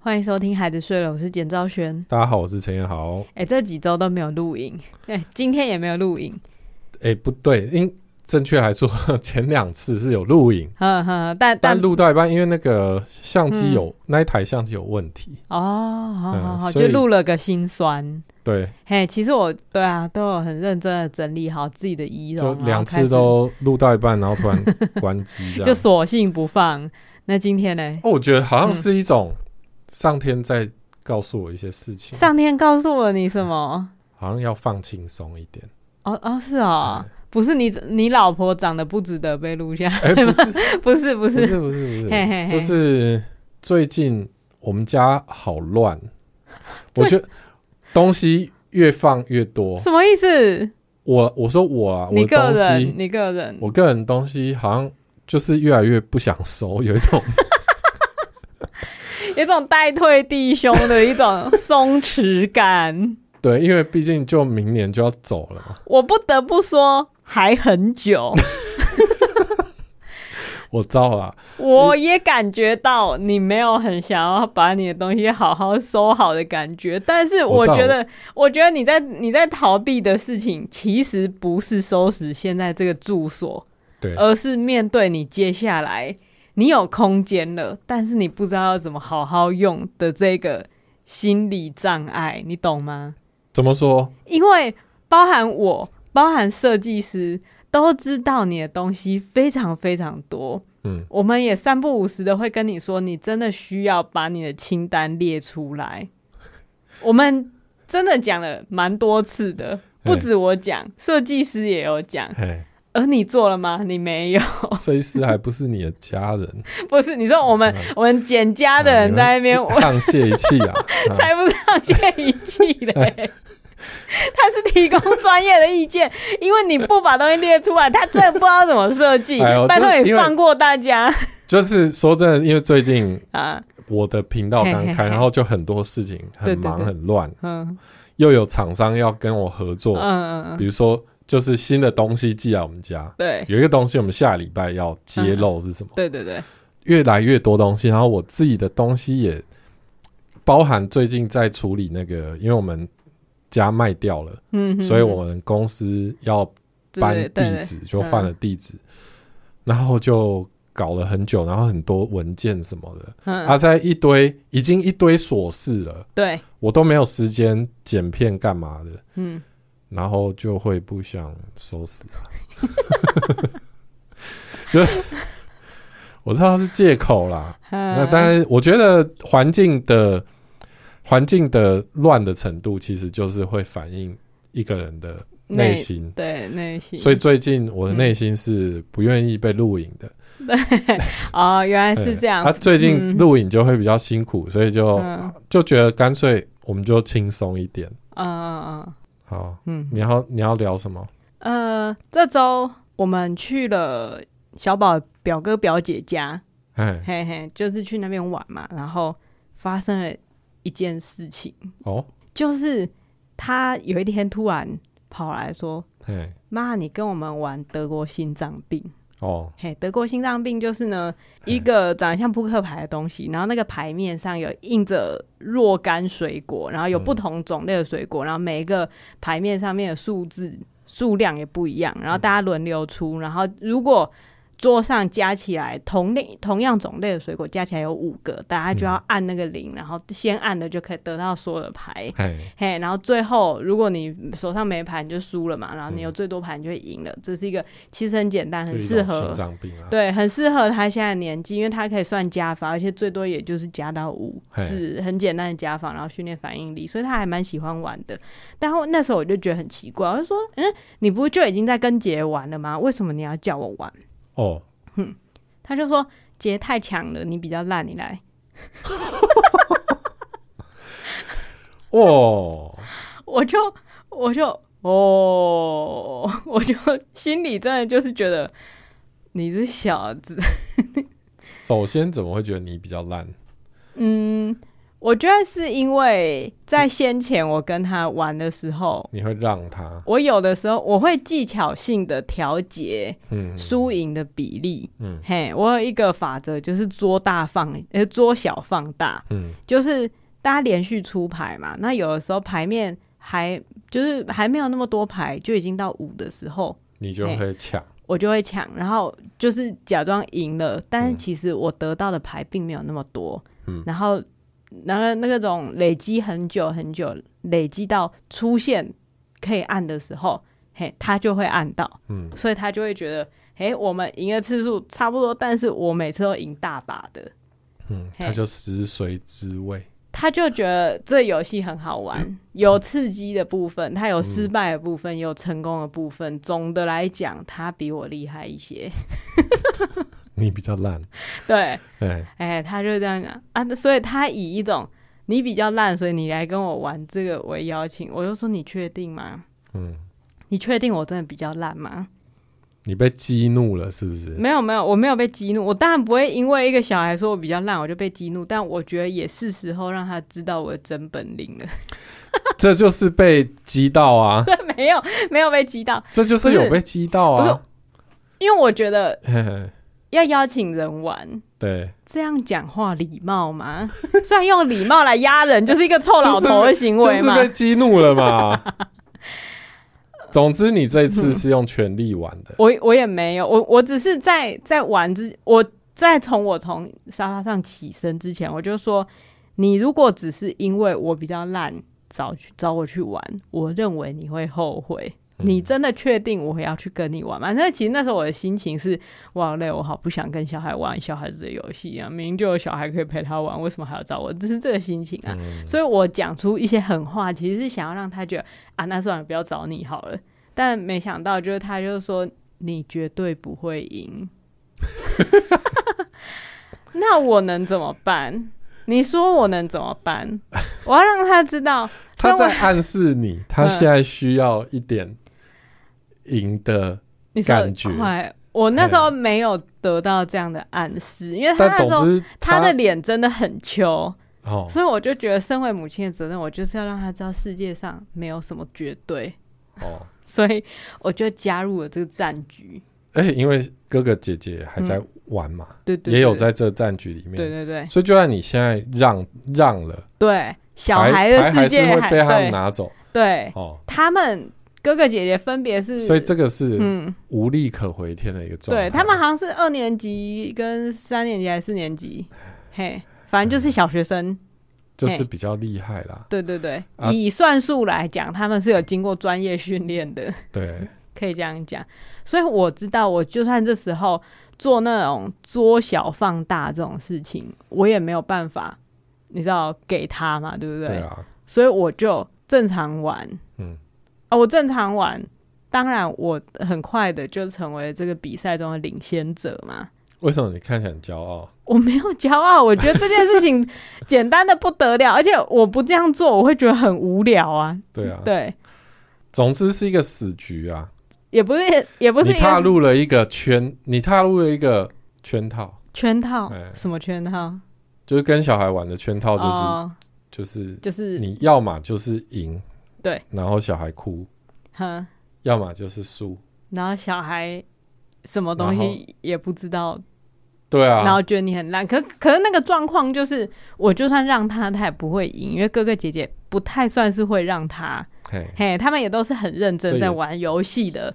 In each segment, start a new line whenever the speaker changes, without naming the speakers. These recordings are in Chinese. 欢迎收听《孩子睡了》，我是简兆轩。
大家好，我是陈彦豪。
哎、这几周都没有录影， 哎、今天也没有录影，
哎、不对，应正确来说， 前两次是有录影，
呵呵，但
但
但
录到一半，因为那个相机
嗯
有、那一台相机有问题，
哦，好好好，
嗯所
就
以
录了个心酸。
对，
嘿，其实我对啊，都有很认真的整理好自己的仪容，
就
然后
两
开
次
始
都录到一半，然后突然关 机这
就
样。
索性不放。那今天呢？
哦，我觉得好像
嗯
是一种上天在告诉我一些事情，
上天告诉了你什么？
好像要放轻松一点。
哦哦，是哦，不是你你老婆长得不值得被录下，
哎、不是，
不是不
不
是，
是，不是，
嘿
不是，
嘿嘿
就是最近我们家好乱，我
最
觉得东西越放越多。
什么意思？
我我说我啊，
你
我
个
的东
人
西，，
你个人，
我个人东西好像就是越来越不想收，有一 种
有一种代退弟兄的一种松弛感。
对，因为毕竟就明年就要走了嘛，
我不得不说，还很久，
我啊知道啦，
我
嗯
也感觉到你没有很想要把你的东西好好收好的感觉。但是我
我知道
觉得，我觉得你在你在逃避的事情，其实不是收拾现在这个住所，
对，
而是面对你接下来你有空间了，但是你不知道要怎么好好用的这个心理障碍，你懂吗？
怎 么说？
因为包含我，包含设计师，都知道你的东西非常非常多。
嗯，
我们也三不五时的会跟你说，你真的需要把你的清单列出来。我们真的讲了蛮多次的，不止我讲，设计师也有讲。
嘿，
而你做了吗？你没有，
设计师还不是你的家人，
不是？你说我们、我们简家的人在那 边，我
沆瀣一 气啊，啊
才不上建议器嘞。他是提供专业的意见，因为你不把东西列出来，他真的不知道怎么设计。
哎呦
拜托
就是
你
因为
放过大家
就是说真的，因为最近
啊！
我的频道刚
嘿嘿
开，
嘿
然后就很多事情
对
很
对
忙
对
很乱，
嗯
又有厂商要跟我合
嗯
作，
嗯
比
嗯，
如说就是新的东西寄来我们家，
对
有一个东西我们下礼拜要揭露是什么。
对对对，
越来越多东西，然后我自己的东西也包含最近在处理那个，因为我们家卖掉了，
嗯，哼
所以我们公司要搬
对对
地
对
址，就换了地址，然后就搞了很久，然后很多文件什么的，
嗯
啊，在一堆已经一堆琐事了，
对，
我都没有时间剪片干嘛的，
嗯，
然后就会不想收拾 啊， 就是我知道是借口啦。那
那
当然，我觉得环境的环境的乱的程度，其实就是会反映一个人的内心。
对内心，
所以最近我的内心是不愿意被录影的，
哦，原来嗯是这样
他、啊。最近
嗯
录影就会比较辛苦，所以就、
嗯
就觉得干脆我们就轻松一点。
嗯嗯
好，
嗯
你要你要聊什么？
嗯，呃，这周我们去了小宝表哥表姐家，
哎，
嘿嘿，就是去那边玩嘛，然后发生了一件事情，
哦，
就是他有一天突然跑来说
哎，：“
妈，你跟我们玩德国心脏病。”
哦，
嘿，德国心脏病就是呢，一个长得像扑克牌的东西，然后那个牌面上有印着若干水果，然后有
嗯
不同种类的水果，然后每一个牌面上面的数字数量也不一样，然后大家轮流出，然后如果桌上加起来同类同样种类的水果加起来有五个，大家就
嗯
要按那个零，然后先按的就可以得到所有的牌。
哎，
嘿，然后最后如果你手上没牌，你就输了嘛，然后你有最多牌，你就赢了。这是一个其实很简单，
就
很
嗯一种
适合
心脏病啊。
对，很适合他现在的年纪，因为他可以算加法，而且最多也就是加到五，
嘿
是很简单的加法，然后训练反应力，所以他还蛮喜欢玩的。但后那时候我就觉得很奇怪，我就说，嗯，你不是就已经在跟杰玩了吗？为什么你要叫我玩？
哦，
他就说杰太强了，你比较烂，你来。
哦，
我就我就哦， 我就心里真的就是觉得你是小子，
首先怎么会觉得你比较烂？
嗯，我觉得是因为在先前我跟他玩的时候，
你会让他，
我有的时候我会技巧性的调节
嗯，
输赢的比例。
嗯
嘿，我有一个法则，就是捉大放，呃，捉小放大，
嗯
就是大家连续出牌嘛。那有的时候牌面还就是还没有那么多牌，就已经到五的时候，
你就会抢，
我就会抢，然后就是假装赢了，但是
嗯
其实我得到的牌并没有那么多。
嗯
然后，然后那个种累积很久很久，累积到出现可以按的时候，嘿，他就会按到，
嗯
所以他就会觉得，嘿，我们赢的次数差不多，但是我每次都赢大把的，
嗯，
嘿
他就食髓知味，
他就觉得这游戏很好
嗯
玩，有刺激的部分，他有失败的部分，也有成功的部分。总的来讲，他比我厉害一些，
你比较烂，
对。
对，
哎，他就这样讲啊，那所以他以一种你比较烂，所以你来跟我玩这个为邀请，我就说你确定吗？
嗯，
你确定我真的比较烂吗？
你被激怒了是不是？
没有没有，我没有被激怒，我当然不会因为一个小孩说我比较烂我就被激怒，但我觉得也是时候让他知道我的真本领了。
这就是被激到啊，
没有没有被激到，
这就是有被激到啊，
因为我觉得
嘿嘿
要邀请人玩。
对，
这样讲话礼貌吗？ 虽然用礼貌来压人，就是一个臭老头的行
就
为
是
嘛。
被激怒 了嘛。总之，你这次是用全力玩的，
我我也没有，我我只是在在玩之，我在从我从沙发上起身之前，我就说，你如果只是因为我比较烂找去找我去玩，我认为你会后悔。你真的确定我要去跟你玩吗？那其实那时候我的心情是，我好累，我好不想跟小孩玩小孩子的游戏啊！明明就有小孩可以陪他玩，为什么还要找我？就是这个心情啊！所以我讲出一些狠话，其实是想要让他觉得啊，那算了，不要找你好了。但没想到，就是他就说你绝对不会赢。 那我能怎么办？你说我能怎么办？我要让他知道，
他
所以
在暗示
嗯
你，他现在需要一点赢的，
你说
感觉
快。我那时候没有得到这样的暗示，因为他
哎但
那时
总
候
之
他的脸真的很秋，
哦，
所以我就觉得身为母亲的责任，我就是要让他知道世界上没有什么绝对，
哦，
所以我就加入了这个战局。
而哎且因为哥哥姐姐还在玩嘛，
对嗯对
也有
对
在这战局里
对
面，
对对
所以就算你现在让让了，
对，小
牌
孩的
牌
世
还
界
是会被他们
对
拿走
对，
哦，
他们哥哥姐姐分别是，
所以这个是
嗯，
无力可回天的一个状态。
对他们好像是二年级跟三年级还是四年级，嘿，反正就是小学生。
就是比较厉害啦，
对对对，
嗯啊
以算术来讲，他们是有经过专业训练的，
对，
可以这样讲。所以我知道，我就算这时候做那种缩小放大这种事情，我也没有办法，你知道给他嘛，对不对？
对啊，
所以我就正常玩，
嗯
啊，我正常玩。当然，我很快的就成为这个比赛中的领先者嘛。
为什么你看起来很骄傲？
我没有骄傲，我觉得这件事情简单的不得了，而且我不这样做，我会觉得很无聊啊。
对啊，
对，
总之是一个死局啊，
也不是也不是
你
一个
踏入了一个圈，你踏入了一个圈套，
圈套
哎，
什么圈套？
就是跟小孩玩的圈套，就是、
哦，
就是
就是
你要嘛就是赢，
对，
然后小孩哭，
哼，
要么就是输，
然后小孩什么东
然
西也不知道，
对啊，
然后觉得你很烂。可可是那个状况就是，我就算让他，他也不会赢，因为哥哥姐姐不太算是会让他，
嘿，
嘿，他们也都是很认
这
真
也
在玩游戏的，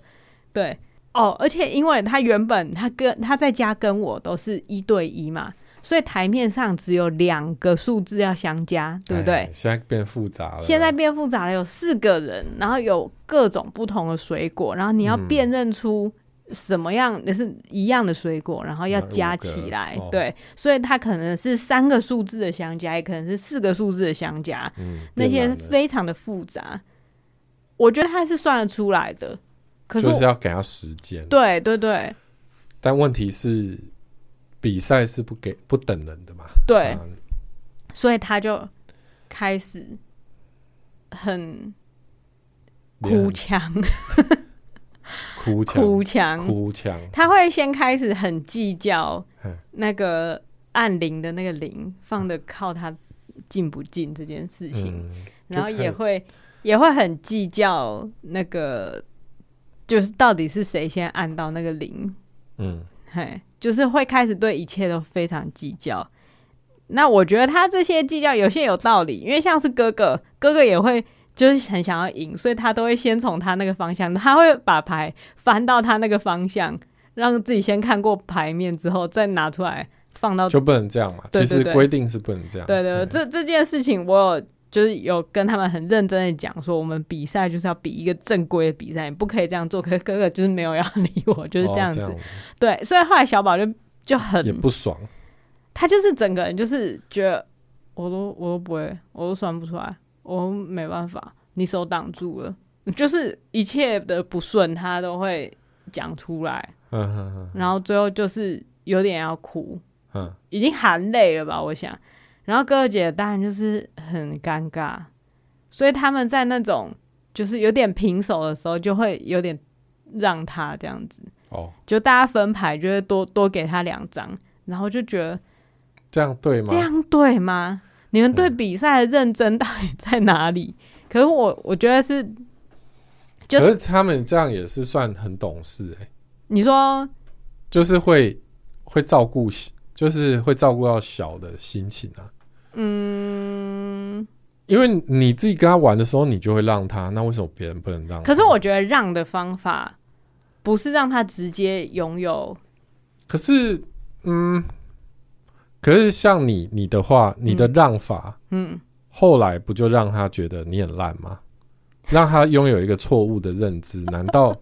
对。哦，而且因为他原本他跟他在家跟我都是一对一嘛，所以台面上只有两个数字要相加，对不对？
哎？现在变复杂了，
现在变复杂了，有四个人，然后有各种不同的水果，然后你要
嗯
辨认出什么样的是一样的水果，然后要
哪五
加
个
起来。
哦
对，所以它可能是三个数字的相加，也可能是四个数字的相加，
嗯，
那
变
些
难了
非常的复杂。我觉得它是算得出来的，可是
就
我
是要给他时间，
对对对
但问题是比赛是不给不等人的嘛，
对，
啊
所以他就开始很
脸 很
哭腔，
哭腔
哭腔，
哭腔，
他会先开始很计较
嗯
那个按铃的那个铃放的靠他进不进这件事情，
嗯，
然后
就看
也会也会很计较那个，就是到底是谁先按到那个铃，
嗯，
嘿，就是会开始对一切都非常计较。那我觉得他这些计较有些有道理，因为像是哥哥，哥哥也会就是很想要赢，所以他都会先从他那个方向，他会把牌翻到他那个方向，让自己先看过牌面之后再拿出来放到
就不能这样嘛。
哦对对
其实
对
规定是不能这样。嗯
对对，对这这件事情我有就是有跟他们很认真的讲说，我们比赛就是要比一个正规的比赛，你不可以这样做。可是哥哥就是没有要理我，就是
哦
这样
这
子。
样
对，所以后来小宝就就
也
很，
不爽。
他就是整个人就是觉得我都我都不会，我都算不出来，我没办法，你手挡住了，就是一切的不顺他都会讲出来，
嗯哼哼，
然后最后就是有点要哭。
嗯，
已经含泪了吧？我想。然后哥哥姐当然就是很尴尬，所以他们在那种就是有点平手的时候，就会有点让他这样子，
哦，
就大家分牌就会多多给他两张，然后就觉得
这样对
这
吗？
样对吗？你们对比赛的认真到底在哪里？
嗯
可是我我觉得是就
可是他们这样也是算很懂事哎，
你说
就是会会照顾小，就是会照顾到小的心情啊。
嗯，
因为你自己跟他玩的时候，你就会让他，那为什么别人不能让他？
可是我觉得让的方法不是让他直接拥有
可是，嗯，可是像你你的话，你的让法，
嗯
后来不就让他觉得你很烂吗？让他拥有一个错误的认知，难道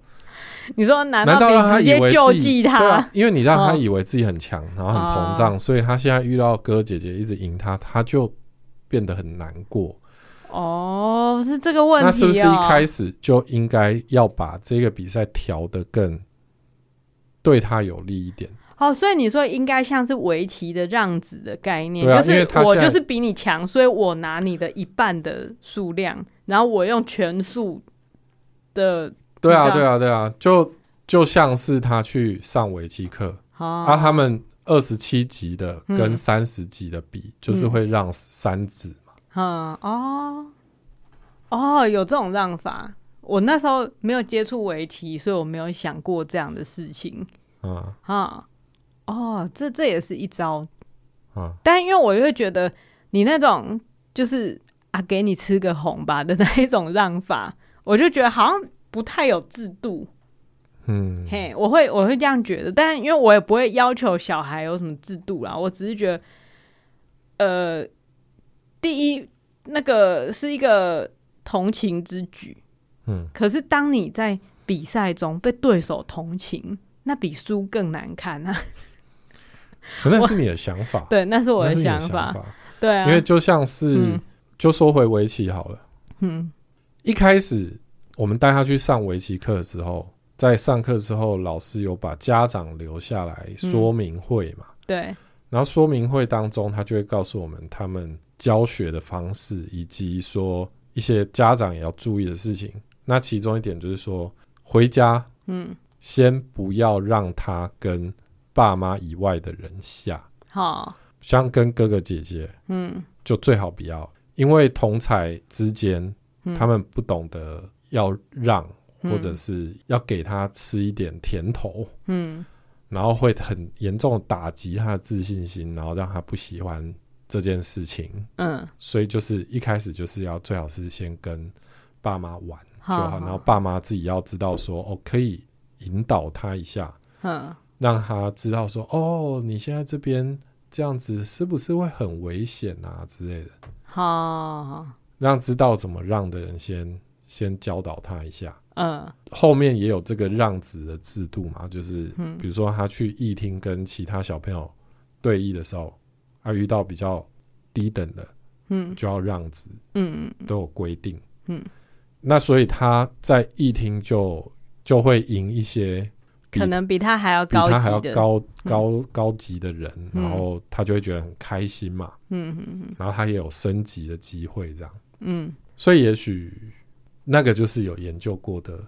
你说难
难道让
啊你直
他以
接
为
救
自己
济
对啊？因为你让他
哦
以为自己很强，然后很膨胀，所以他现在遇到哥姐姐一直赢他，他就变得很难过。
哦，是这个问题、哦。
那是不是一开始就应该要把这个比赛调得更对他有利一点？
哦，所以你说应该像是围棋的让子的概念，
对啊
就
因为
是
他
我
现在
就是比你强，所以我拿你的一半的数量，然后我用全数的
对
你
啊，
知道
对啊，对啊，就就像是他去上围棋课，
哦、
啊，他们二十七级的跟
嗯
三十级的比，就是
嗯
会让三子嘛。
嗯哦哦，有这种让法。我那时候没有接触围棋，所以我没有想过这样的事情
嗯
啊。哦，这这也是一招
嗯，
但因为我就会觉得你那种就是啊，给你吃个红吧的那一种让法，我就觉得好像不太有制度。
嗯，
嘿，我会我会这样觉得，但因为我也不会要求小孩有什么制度啦，我只是觉得，呃，第一那个是一个同情之举，
嗯，
可是当你在比赛中被对手同情，那比输更难看啊。
可能是你的想法，
对，那是我
那
的
是你
想
的
法。
法，
对啊，
因为就像是、
嗯
就说回围棋好了，
嗯
一开始我们带他去上围棋课的时候，在上课之后，老师有把家长留下来说明会嘛，
对，
然后说明会当中，他就会告诉我们他们教学的方式，以及说一些家长也要注意的事情。那其中一点就是说，回家
嗯，
先不要让他跟爸妈以外的人下，
好，
像跟哥哥姐姐
嗯
就最好不要，因为同才之间
嗯，
他们不懂得要让，
嗯
或者是要给他吃一点甜头，
嗯
然后会很严重地打击他的自信心，然后让他不喜欢这件事情。
嗯，
所以就是一开始就是要最好是先跟爸妈玩就
好，
好，然后爸妈自己要知道说哦，可以引导他一下，
嗯
让他知道说哦，你现在这边这样子是不是会很危险啊之类的，
好，
让知道怎么让的人先先教导他一下。
嗯
后面也有这个让子的制度嘛，就是
嗯
比如说他去议厅跟其他小朋友对弈的时候，他遇到比较低等的
嗯
就要让子，
嗯
都有规定。
嗯，
那所以他在议厅就就会赢一些比
可能比他还要
比
高
他还要
级的，
高高高级的人，
嗯
然后他就会觉得很开心嘛，
嗯嗯
然后他也有升级的机会这样。
嗯，
所以也许那个就是有研究过的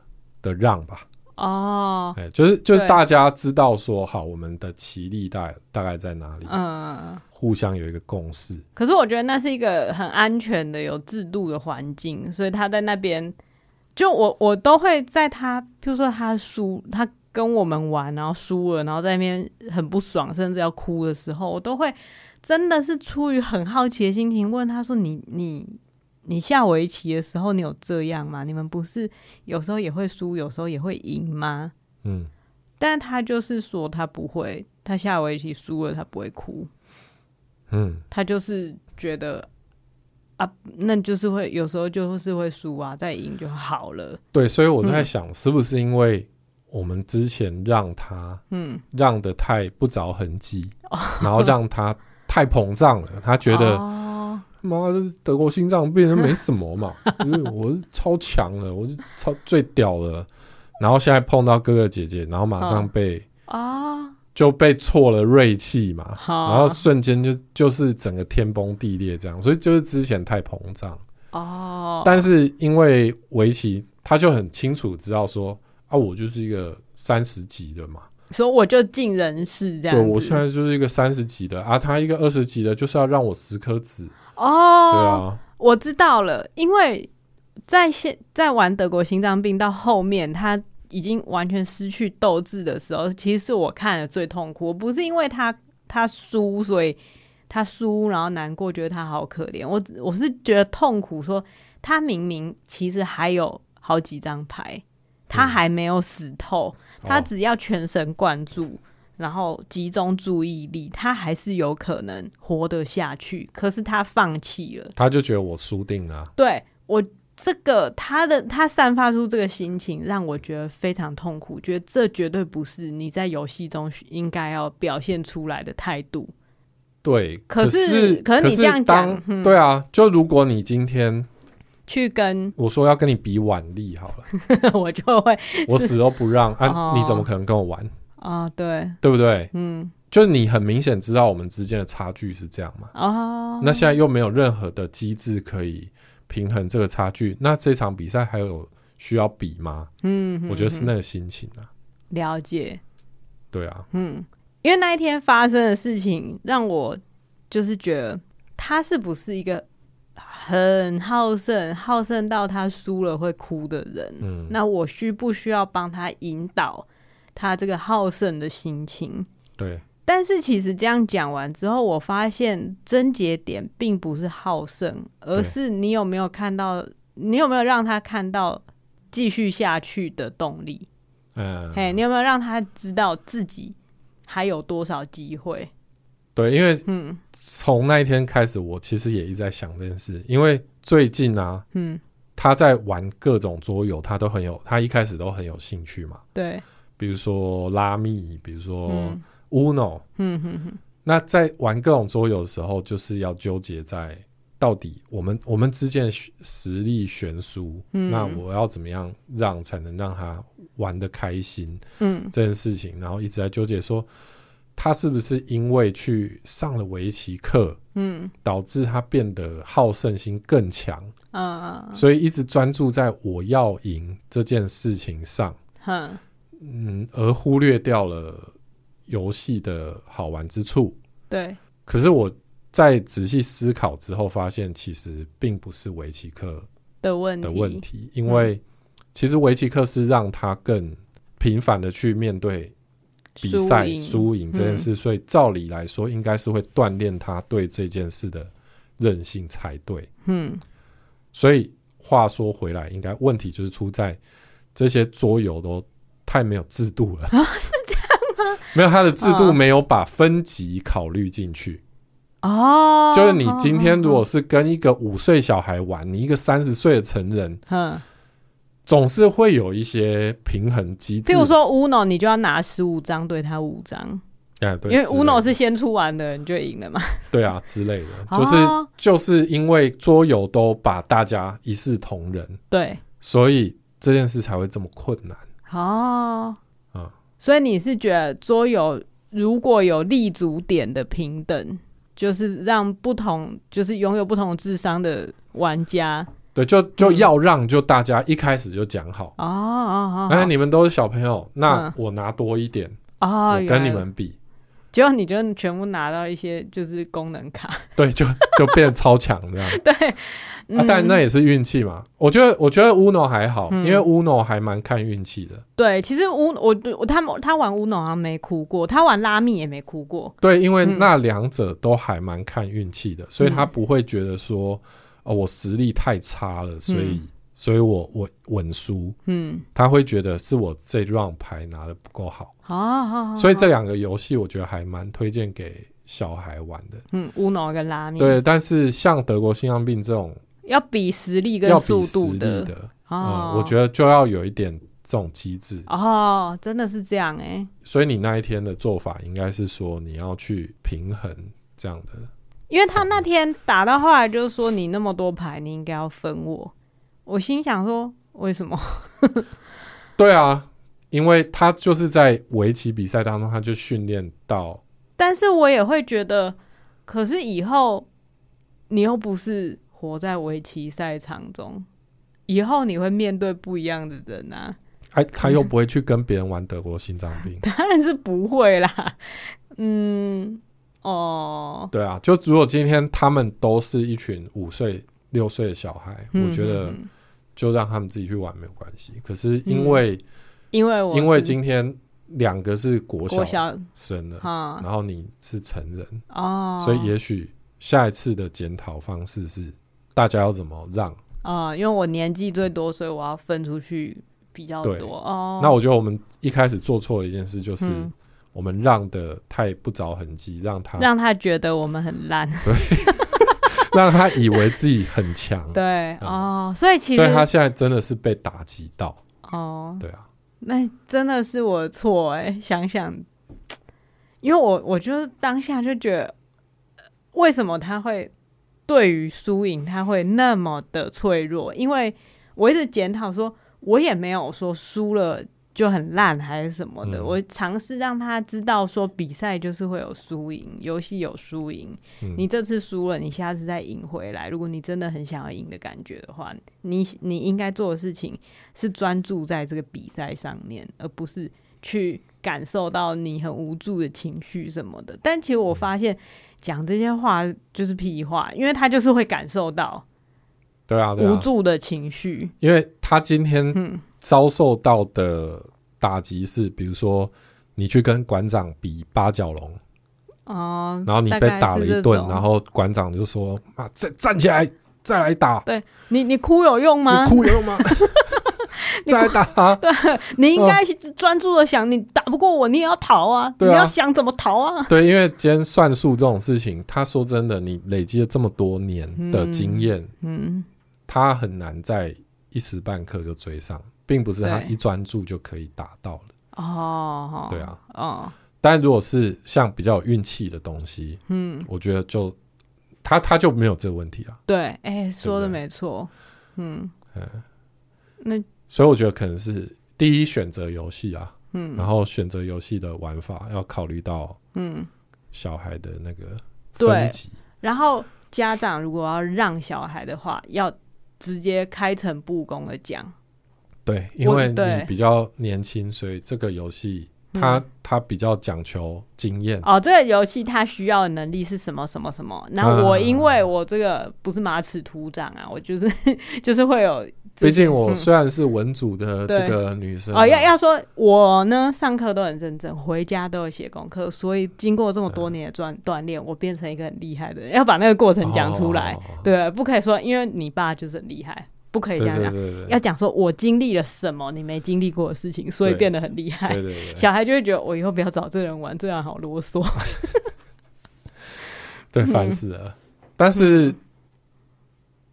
的让吧，
哦，
哎、就是就是
对
大家知道说，好，我们的棋力大大概在哪里，
嗯，
互相有一个共识。
可是我觉得那是一个很安全的、有制度的环境，所以他在那边，就我我都会在他，譬如说他输，他跟我们玩，然后输了，然后在那边很不爽，甚至要哭的时候，我都会真的是出于很好奇的心情问他说你：“你你下围棋的时候，你有这样吗？你们不是有时候也会输，有时候也会赢吗
嗯，？”
但他就是说他不会，他下围棋输了他不会哭。
嗯，
他就是觉得啊，那就是会有时候就是会输啊，再赢就好了。
对，所以我
嗯
在想，是不是因为我们之前让他，嗯，让的太不着痕迹， 然后让他太膨胀了，他觉得
哦，
妈这是德国心脏病人没什么嘛，就是我是超强了，我是超最屌了，然后现在碰到哥哥姐姐，然后马上
嗯
被、
哦
就被挫了锐气嘛，
好
然后瞬间就就是整个天崩地裂这样，所以就是之前太膨胀。
哦，
但是因为围棋，他就很清楚知道说啊，我就是一个三十级的嘛，
所以我就尽人事这样
对
子。
我现在就是一个三十级的啊，他一个二十级的，就是要让我十颗子，对
哦，
啊，
我知道了，因为在现在玩德国心脏病到后面，他已经完全失去斗志的时候，其实是我看的最痛苦。我不是因为他他输，所以他输然后难过，觉得他好可怜。我只我是觉得痛苦说他明明其实还有好几张牌，他还没有死透，他
哦
只要全神贯注。然后集中注意力，他还是有可能活得下去。可是他放弃了，
他就觉得我输定了啊、
对我这个他的他散发出这个心情，让我觉得非常痛苦，觉得这绝对不是你在游戏中应该要表现出来的态度。
对，
可
是
是可是你这样
当
讲嗯
对啊，就如果你今天
去跟
我说要跟你比腕力好了，
我就会
我死都不让啊
哦，
你怎么可能跟我玩，
啊、对，
对不对？
嗯，
就是你很明显知道我们之间的差距是这样嘛，
哦，
那现在又没有任何的机制可以平衡这个差距，那这场比赛还有需要比吗？
嗯，哼
我觉得是那个心情啊，
了解，
对啊，
嗯因为那一天发生的事情让我就是觉得他是不是一个很好胜，好胜到他输了会哭的人。
嗯
那我需不需要帮他引导他这个好胜的心情？
对，
但是其实这样讲完之后，我发现症结点并不是好胜，而
对
是你有没有看到，你有没有让他看到继续下去的动力？
嗯，
嘿，你有没有让他知道自己还有多少机会？
对，因为
嗯
从那一天开始，我其实也一直在想这件事，因为最近啊，
嗯，
他在玩各种桌游，他都很有，他一开始都很有兴趣嘛，
对，
比如说拉密，比如说
嗯
Uno，
嗯哼哼，
那在玩各种桌游的时候，就是要纠结在到底我们我们之间的实实力悬殊，
嗯
那我要怎么样让才能让他玩的开心
嗯
这件事情，然后一直在纠结说他是不是因为去上了围棋课，
嗯
导致他变得好胜心更强，
嗯
所以一直专注在我要赢这件事情上，
哼，
嗯，而忽略掉了游戏的好玩之处。
对，
可是我在仔细思考之后，发现其实并不是围棋课
的问题，
的问题，因为其实围棋课是让他更频繁的去面对比赛
赢
输赢这件
嗯
事，所以照理来说，应该是会锻炼他对这件事的韧性才对。
嗯
所以话说回来，应该问题就是出在这些桌游都太没有制度了
啊
是这样吗？ 没有，他的制度
哦
没有把分级考虑进去。
哦，
就是你今天如果是跟一个五岁小孩玩，你一个三十岁的成人，
嗯，
总是会有一些平衡机制。
譬如，说 Uno，你就要拿十五张对他五张，
哎，对，
因为
之类的
Uno 是先出完的，你就赢了嘛。
对啊之类的，
哦
就是就是因为桌游都把大家一视同仁，
对，
所以这件事才会这么困难。
哦，
嗯
所以你是觉得桌游如果有立足点的平等，就是让不同，就是拥有不同智商的玩家
对，就就要让就大家一开始就讲好，
哦哦哦，
哎，你们都是小朋友，那
嗯
我拿多一点，
哦，
我跟你
原来，
们比，
结果你就全部拿到一些就是功能卡，
对，就就变超强这样。
对，
啊，但
嗯
那也是运气嘛。我觉得我觉得 Uno 还好，
嗯
因为 Uno 还蛮看运气的。
对，其实乌我我他们他玩乌龙好像没哭过，他玩拉密也没哭过，
对，因为
嗯
那两者都还蛮看运气的，所以他不会觉得说，
嗯
哦，我实力太差了，所以、所以我我稳输。
嗯，
他会觉得是我这 round 牌拿的不够好，
好好好，好
所以这两个游戏我觉得还蛮推荐给小孩玩的。
嗯乌龙跟拉密
对，但是像德国心脏病这种
要比实力跟
要
速
比实
度
力
的
的，
哦
嗯，我觉得就要有一点这种机制。
哦，真的是这样哎、
所以你那一天的做法应该是说你要去平衡这样的，
因为
啊
他那天打到后来就是说你那么多牌，你应该要分我，我心想说为什么？
对啊，因为他就是在围棋比赛当中，他就训练到，
但是我也会觉得，可是以后你又不是活在围棋赛场中，以后你会面对不一样的人啊。
哎，他又不会去跟别人玩德国心脏病，
当然是不会啦。 嗯，哦，
对啊，就如果今天他们都是一群五岁六岁的小孩，我觉得
嗯嗯嗯
就让他们自己去玩没有关系。可是因为、
因为嗯我
因为
是
今天两个是国
国
小
小
生的，
哈
然后你是成人，
哦，
所以也许下一次的检讨方式是大家要怎么让。
啊、因为我年纪最多，所以我要分出去比较
对
多哦。
那我觉得我们一开始做错的一件事就是
嗯
我们让的太不着痕迹，让他
让他觉得我们很烂，
让他以为自己很强，
对、
嗯
哦，所以其
所以他
实
现在真的是被打击到。
哦，
对啊，
那真的是我的错哎、想想，因为我我就当下就觉得，呃为什么他会对于输赢他会那么的脆弱？因为我一直检讨说，我也没有说输了就很烂还是什么的，
嗯
我尝试让他知道说，比赛就是会有输赢，游戏有输赢，
嗯
你这次输了，你下次再赢回来。如果你真的很想要赢的感觉的话，你你应该做的事情是专注在这个比赛上面，而不是去感受到你很无助的情绪什么的。但其实我发现讲这些话就是屁话，因为他就是会感受到
对啊，对
无
啊，
助的情绪。
因为他今天
嗯
遭受到的打击是，比如说你去跟馆长比八角笼，
哦、
然后你
大
被
概
打
是
了
这
一顿
种，
然后馆长就说：“啊，再站起来，再来打，
你你哭有用吗
你？哭有用吗？ 再来打啊！”
你应该是专注的想，你打不过我，你也要逃啊！
对啊
你要想怎么逃啊！
对，因为今天算术这种事情，他说真的，你累积了这么多年的经验，
嗯，
他很难在一时半刻就追上，并不是他
对
一专注就可以达到了。
哦，
对，啊，
哦，
但如果是像比较有运气的东西，
嗯，
我觉得就他他就没有这个问题啊。
对，哎、说的
对不对
没错，嗯
嗯，
那
所以我觉得可能是第一选择游戏啊，
嗯
然后选择游戏的玩法要考虑到
嗯，
小孩的那个
对
分级。
然后家长如果要让小孩的话，要直接开诚布公的讲，
对，因
我
为
对嗯
你比较年轻，所以这个游戏它、它比较讲求经验。
哦，这个游戏它需要的能力是什么什么什么？然后我因为我这个不是马齿土长啊，我就是 就是会有这
毕
些，
竟我
嗯
虽然是文组的
对
这个女生啊、
哦，要要说我呢，上课都很认真，回家都有写功课，所以经过这么多年的锻锻炼，我变成一个很厉害的人。要把那个过程讲出来，
哦
对，不可以说因为你爸就是很厉害，不可以
对
这
对
样
对
讲，
对
要
对
讲说我经历了什么你没经历过的事情，所以
对
变得很厉害
对。对对
小孩就会觉得我以后不要找这人玩，这样好啰嗦。
对，烦死了。
嗯
但是，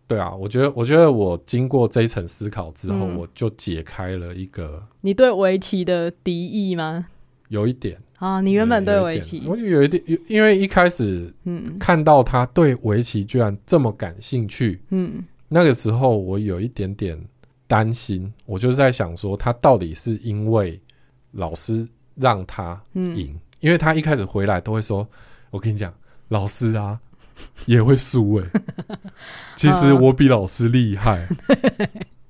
对啊，我觉得我觉得我经过这一层思考之后，
嗯
我就解开了一个
你对围棋的敌意吗？
有一点。
啊，你原本对
嗯有一
围
点
棋，
我就有一点，有因为一开始
嗯
看到他对围棋居然这么感兴趣，
嗯
那个时候我有一点点担心，我就是在想说，他到底是因为老师让他
嗯，
赢，因为他一开 始回来都会说：“我跟你讲，老师啊也会输诶、欸其实我比老师厉 害，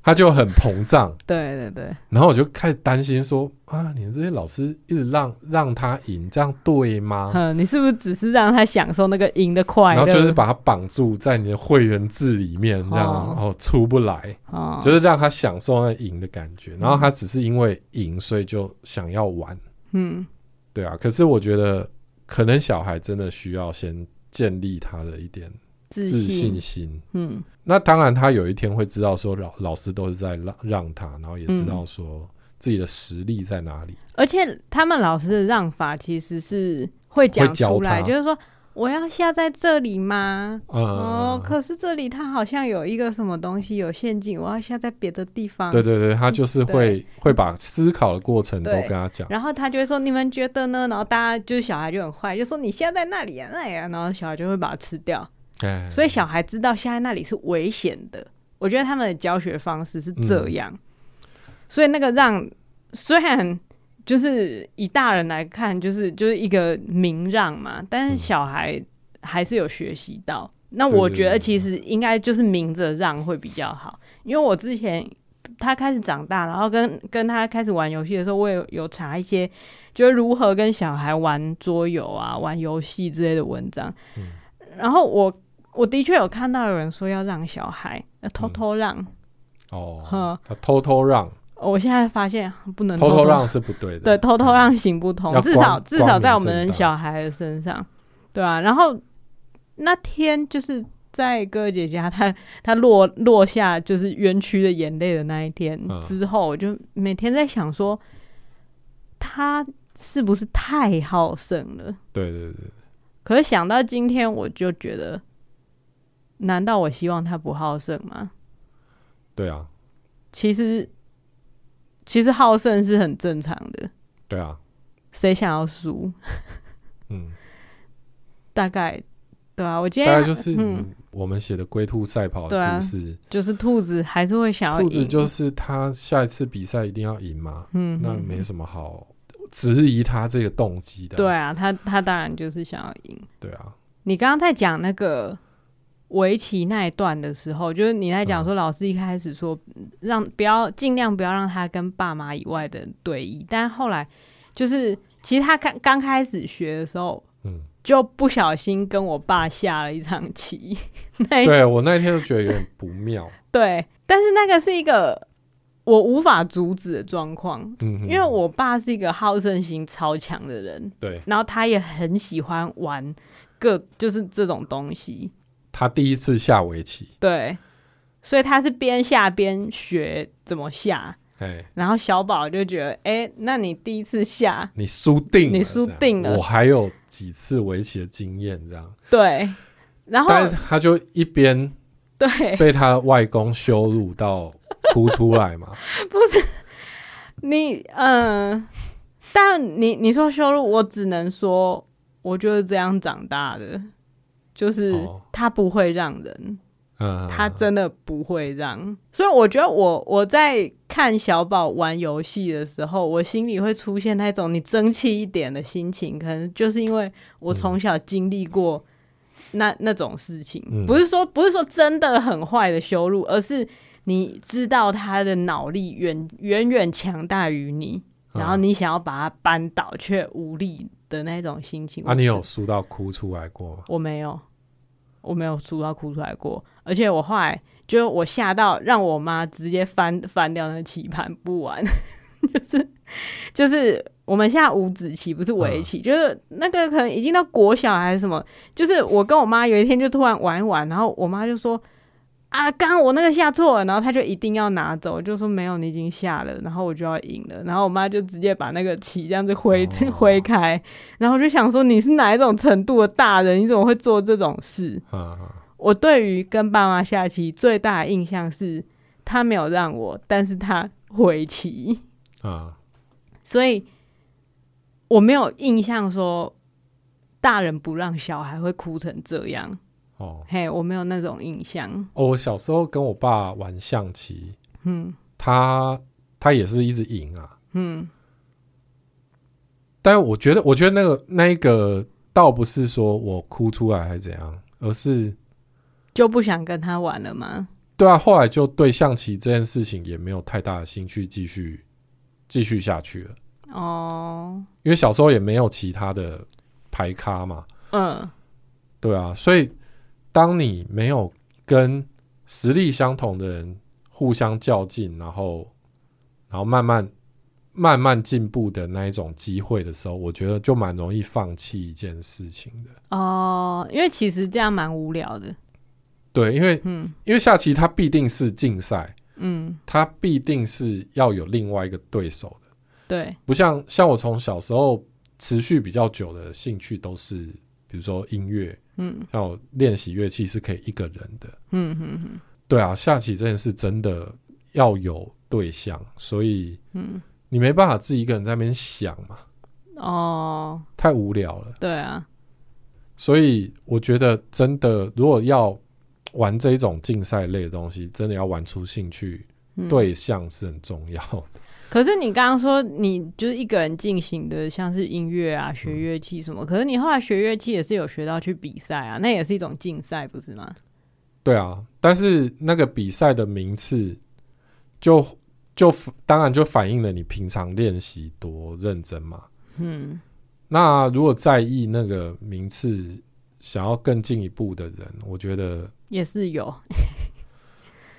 他就很膨胀。
对对对，
然后我就开始担心说啊，你们这些老师一直让让他赢，这样对吗？
嗯，你是不是只是让他享受那个赢的快
啊然
乐？
后就是把他绑住在你的会员制里面，这样
哦
然后出不来，
哦，
就是让他享受那赢的感觉。然后他只是因为赢，所以就想要玩，
嗯
对啊。可是我觉得，可能小孩真的需要先建立他的一点
自
自信心。
嗯
那当然，他有一天会知道说老老师都是在让让他，然后也知道说自己的实力在哪里。
而且他们老师的让法其实是会讲
会教
出来，
他
就是说我要下在这里吗？
嗯，
哦，可是这里它好像有一个什么东西有陷阱，我要下在别的地方。
对对对，他就是会会把思考的过程都
嗯对
跟他讲。
然后他就会说：“你们觉得呢？”然后大家就是小孩就很坏，就说：“你现在在那里啊，那里啊。”然后小孩就会把它吃掉。
哎，
所以小孩知道现在那里是危险的。我觉得他们的教学方式是这样，所以那个让虽然就是以大人来看，就是就是一个明让嘛，但是
嗯
小孩还是有学习到。那
对
我
对
觉得
对
其实应该就是明着让会比较好，因为我之前他开始长大，然后跟跟他开始玩游戏的时候，我也有有查一些，就是如何跟小孩玩桌游啊、玩游戏之类的文章。
嗯
然后我我的确有看到有人说要让小孩、呃、偷偷让，
哦
嗯，
他偷偷让，
我现在发现不能
偷
偷
偷让是不对的。嗯
对，偷偷让行不通
要，
至少
光
至少
光明
在我
正
们
大
小孩的身上，对啊。然后那天就是在哥姐家，她她落落下就是冤屈的眼泪的那一天、
嗯
之后，我就每天在想说，她是不是太好胜了？
对对对，
可是想到今天，我就觉得，难道我希望她不好胜吗？
对啊，
其实其实好胜是很正常的，
对啊，
谁想要输？
嗯，
大概对啊，我今
大概
天
就是
嗯
嗯我们写的龟兔赛跑
对
的
啊
故事。
就是兔子还是会想要
兔子
赢，
就是他下一次比赛一定要赢嘛，
嗯
那
嗯
没什么好质疑他这个动机的。
对啊，他他当然就是想要赢。
对啊，
你刚刚在讲那个围棋那一段的时候，就是你在
嗯
讲说老师一开始说嗯让不要尽量不要让他跟爸妈以外的人对弈，但后来就是其实他刚刚开始学的时候。
嗯，
就不小心跟我爸下了一场棋， 那一
对我那一天就觉得有点不妙。
对，但是那个是一个我无法阻止的状况，
嗯，
因为我爸是一个好胜心超强的人，
对
然后他也很喜欢玩各就是这种东西，
他第一次下围棋，
对，所以他是边下边学怎么下。
哎，
然后小宝就觉得，哎、那你第一次下，
你输定了，
你输
这样
定了
我还有几次围棋的经验，这样，
对，然后
但是他就一边
对，
被他外公羞辱到哭出 来嘛，
你嗯、但你你说羞辱，我只能说，我就是这样长大的，就是
哦
他不会让人，
嗯，
他真的不会让。所以我觉得我我在看小宝玩游戏的时候，我心里会出现那种你争气一点的心情，可能就是因为我从小经历过那、那种事情，
嗯
不是说不是说真的很坏的羞辱，而是你知道他的脑力远远远强大于你，
嗯
然后你想要把他扳倒却无力的那种心情。
啊，你有输到哭出来过吗？
我没有，我没有哭到哭出来过，而且我后来就我吓到，让我妈直接翻翻掉那个棋盘不玩， 就是就是我们下五子棋不是围棋，就是那个可能已经到国小还是什么，就是我跟我妈有一天就突然玩一玩，然后我妈就说。啊！刚刚我那个下错了，然后她就一定要拿走，我就说没有，你已经下了，然后我就要赢了，然后我妈就直接把那个棋这样子挥、
哦
挥开，然后我就想说你是哪一种程度的大人，你怎么会做这种事？
啊、嗯，
我对于跟爸妈下棋最大的印象是，他没有让我，但是他回棋，嗯
啊、
所以我没有印象说大人不让小孩会哭成这样。
哦
嘿，我没有那种印象。
哦，我小时候跟我爸玩象棋，嗯，他他也是一直赢啊，嗯，但我觉得，我觉得那个那一个倒不是说我哭出来还是怎样，而是
就不想跟他玩了吗？
对啊，后来就对象棋这件事情也没有太大的兴趣继续继续下去了，
哦，
因为小时候也没有其他的牌咖嘛，
嗯，
对啊，所以当你没有跟实力相同的人互相较劲，然后然后慢慢慢慢进步的那一种机会的时候，我觉得就蛮容易放弃一件事情的。
哦，因为其实这样蛮无聊的，
对，因为
嗯
因为下棋它必定是竞赛，
嗯，
它必定是要有另外一个对手的，
对，
不像像我从小时候持续比较久的兴趣都是，比如说音乐，
嗯
像我练习乐器是可以一个人的。
嗯嗯嗯
对啊，下棋这件事真的要有对象，所以
嗯，
你没办法自己一个人在那边想嘛，
哦，
太无聊了。
对啊，
所以我觉得真的，如果要玩这种竞赛类的东西，真的要玩出兴趣，
嗯。
对象是很重要的。
可是你刚刚说你就是一个人进行的，像是音乐啊、学乐器
嗯
什么。可是你后来学乐器也是有学到去比赛啊，那也是一种竞赛，不是吗？
对啊，但是那个比赛的名次就就当然就反映了你平常练习多认真嘛。
嗯，
那如果在意那个名次，想要更进一步的人，我觉得
也是有。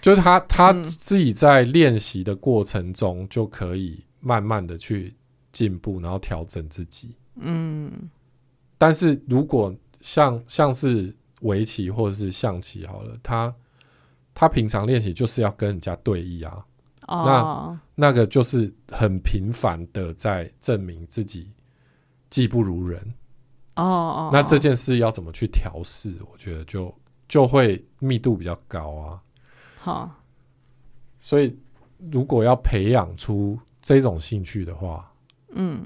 就是他他
嗯
自己在练习的过程中就可以慢慢的去进步，然后调整自己。
嗯
但是如果像像是围棋或者是象棋好了，他他平常练习就是要跟人家对弈啊，
哦，
那个就是很频繁的在证明自己技不如人。
哦哦，
那这件事要怎么去调试？我觉得就就会密度比较高啊。
好、
所以如果要培养出这种兴趣的话，
嗯。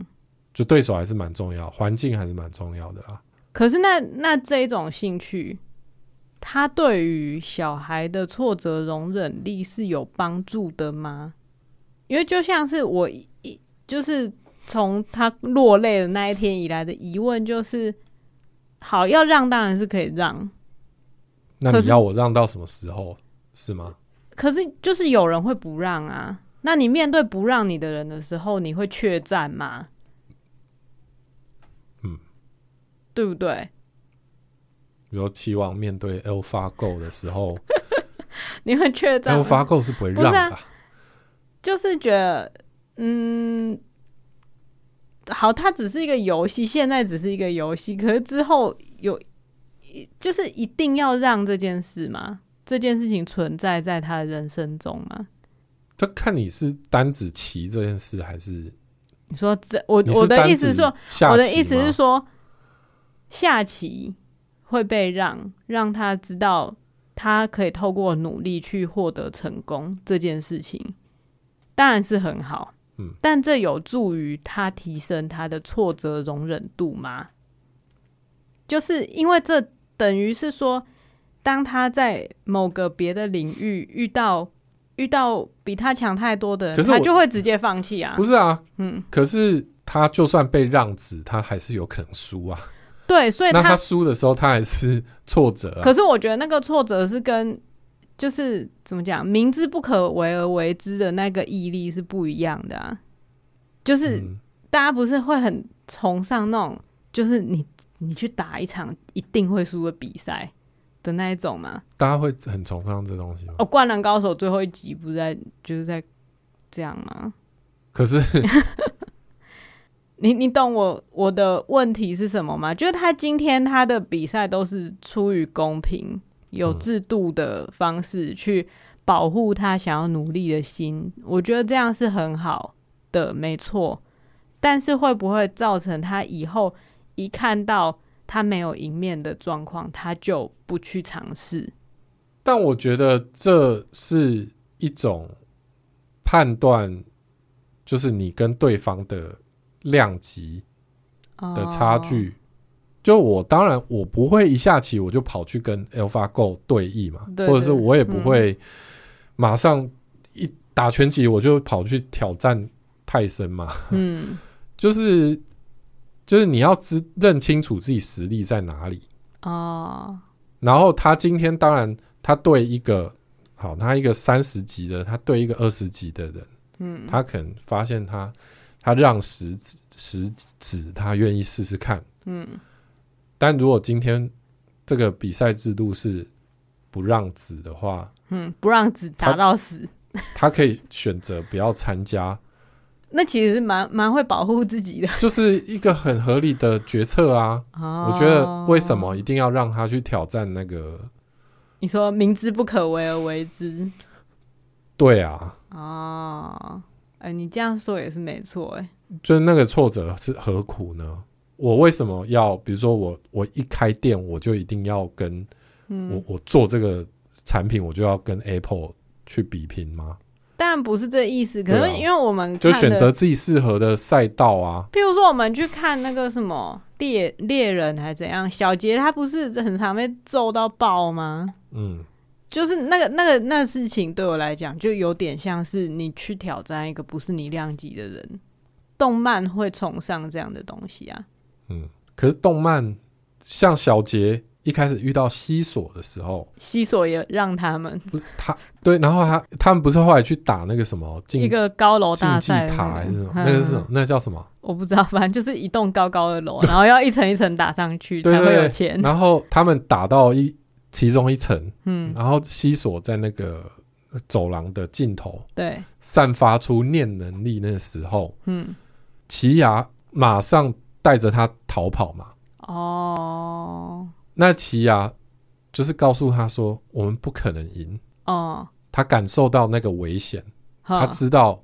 就对手还是蛮重要，环境还是蛮重要的啦。
可是那那这一种兴趣，它对于小孩的挫折容忍力是有帮助的吗？因为就像是我一一就是从他落泪的那一天以来的疑问，就是好要让当然是可以让，
那
可
你
是
要我让到什么时候是吗？
可是就是有人会不让啊。那你面对不让你的人的时候，你会怯战吗？
嗯，
对不对？
比如期望面对 AlphaGo 的时候
你会怯战吗？
，AlphaGo 是不会让的啊、
就是觉得，嗯，好，它只是一个游戏，现在只是一个游戏，可是之后有，就是一定要让这件事吗？这件事情存在在他的人生中吗？
这看你是单指棋这件事，还是
你说这，我
你
我
是
的
单
意思
指
是说，
下
我的
棋
意思
吗
是说，下棋会被让让他知道，他可以透过努力去获得成功这件事情，当然是很好。
嗯，
但这有助于他提升他的挫折容忍度吗？就是因为这等于是说，当他在某个别的领域遇到遇到比他强太多的人，
可是
他
我
就会直接放弃啊
不。是啊？
嗯，
可是他就算被让子，他还是有可能输啊。
对，所以
那
他
他输的时候，他还是挫折啊。
可是我觉得那个挫折是跟就是怎么讲，明知不可为而为之的那个毅力是不一样的啊。就是、
嗯
大家不是会很崇尚那种，就是你你去打一场一定会输的比赛的那一种嘛？
大家会很崇尚这东西吗？
哦，《灌篮高手》最后一集不是在就是在这样吗？
可是
你你懂我我的问题是什么吗？就是他今天他的比赛都是出于公平、有
嗯
制度的方式去保护他想要努力的心，我觉得这样是很好的，没错。但是会不会造成他以后一看到他没有赢面的状况，他就不去尝试？
但我觉得这是一种判断，就是你跟对方的量级
哦
的差距。就我当然我不会一下棋我就跑去跟 AlphaGo 对弈嘛，
对
或者是
对
我也不
嗯
会马上一打拳击我就跑去挑战泰森嘛。
哦，嗯，
就是就是你要知认清楚自己实力在哪里，
哦，
然后他今天当然他对一个好，他一个三十级的，他对一个二十级的人，嗯，他可能发现他他让十十指，他愿意试试看，嗯。但如果今天这个比赛制度是不让子的话，
嗯，不让子打到死，
他可以选择不要参加，
那其实蛮蛮会保护自己的。
就是一个很合理的决策啊。
哦
我觉得为什么一定要让他去挑战那个？
你说明知不可为而为之
对啊，
哦，哎、你这样说也是没错哎、
就是那个挫折是何苦呢？我为什么要？比如说我我一开店我就一定要跟、
嗯
我我做这个产品，我就要跟 Apple 去比拼吗？
当然不是这意思，可
对啊
是因为我们
就
看的
选择自己适合的赛道啊。
譬如说，我们去看那个什么猎猎人还是怎样，小杰他不是很常被揍到爆吗？
嗯，
就是那个那个那个事情对我来讲，就有点像是你去挑战一个不是你量级的人。动漫会崇尚这样的东西啊，
可是动漫像小杰一开始遇到西索的时候，
西索也让他们
不是他对，然后他他们不是后来去打那个什么竞
一个高楼大
竞技
赛的
塔还是什么？
嗯
那个是什么？那个叫什么？
我不知道， 反正就是一栋高高的楼，啊 然后要一层一层打上去
对
才会
对
有
对
钱。
然后他们打到一其中一层，
嗯，
然后西索在那个走廊的尽头
对，
散发出念能力，那个时候，
嗯，
奇牙马上带着他逃跑嘛。
哦，
那奇牙就是告诉他说：“我们不可能赢。
哦，”
他感受到那个危险，他
好，
知道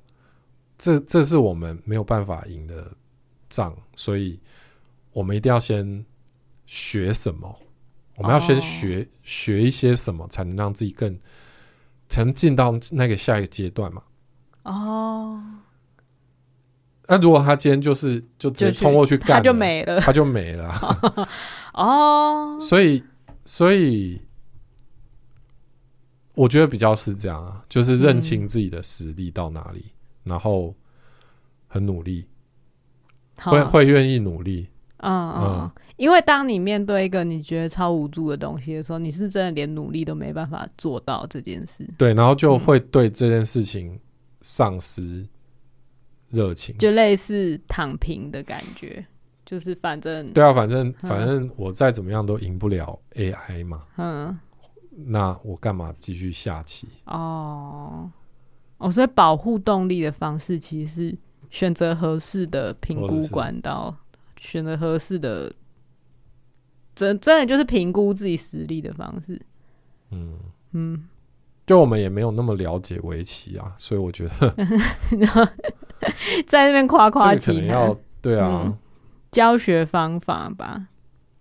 这这是我们没有办法赢的仗，所以我们一定要先学什么，我们要先
哦
学、学一些什么，才能让自己更才能进到那个下一个阶段嘛。
哦，
那、如果他今天就是就直接
就去
冲过去干
他
了，
就没了。
他就没了啊、
哦，
所以，所以我觉得比较是这样啊，就是认
嗯
清自己的实力到哪里，然后很努力，
好
会，会愿意努力。
嗯嗯，
嗯
嗯因为当你面对一个你觉得超无助的东西的时候，你是真的连努力都没办法做到这件事，
对，然后就会
嗯
对这件事情丧失热情。
就类似躺平的感觉，就是反正，
对啊，反正反正我再怎么样都赢不了 AI 嘛，
嗯，
那我干嘛继续下棋？
哦，哦，所以保护动力的方式其实是选择合适的评
或者
估
哦是
管道，选择合适的，真真的就是评估自己实力的方式。
嗯，
嗯，
就我们也没有那么了解围棋啊，所以我觉得
在那边夸 夸
这个可
其
能
谈
要对啊，
嗯教学方法吧。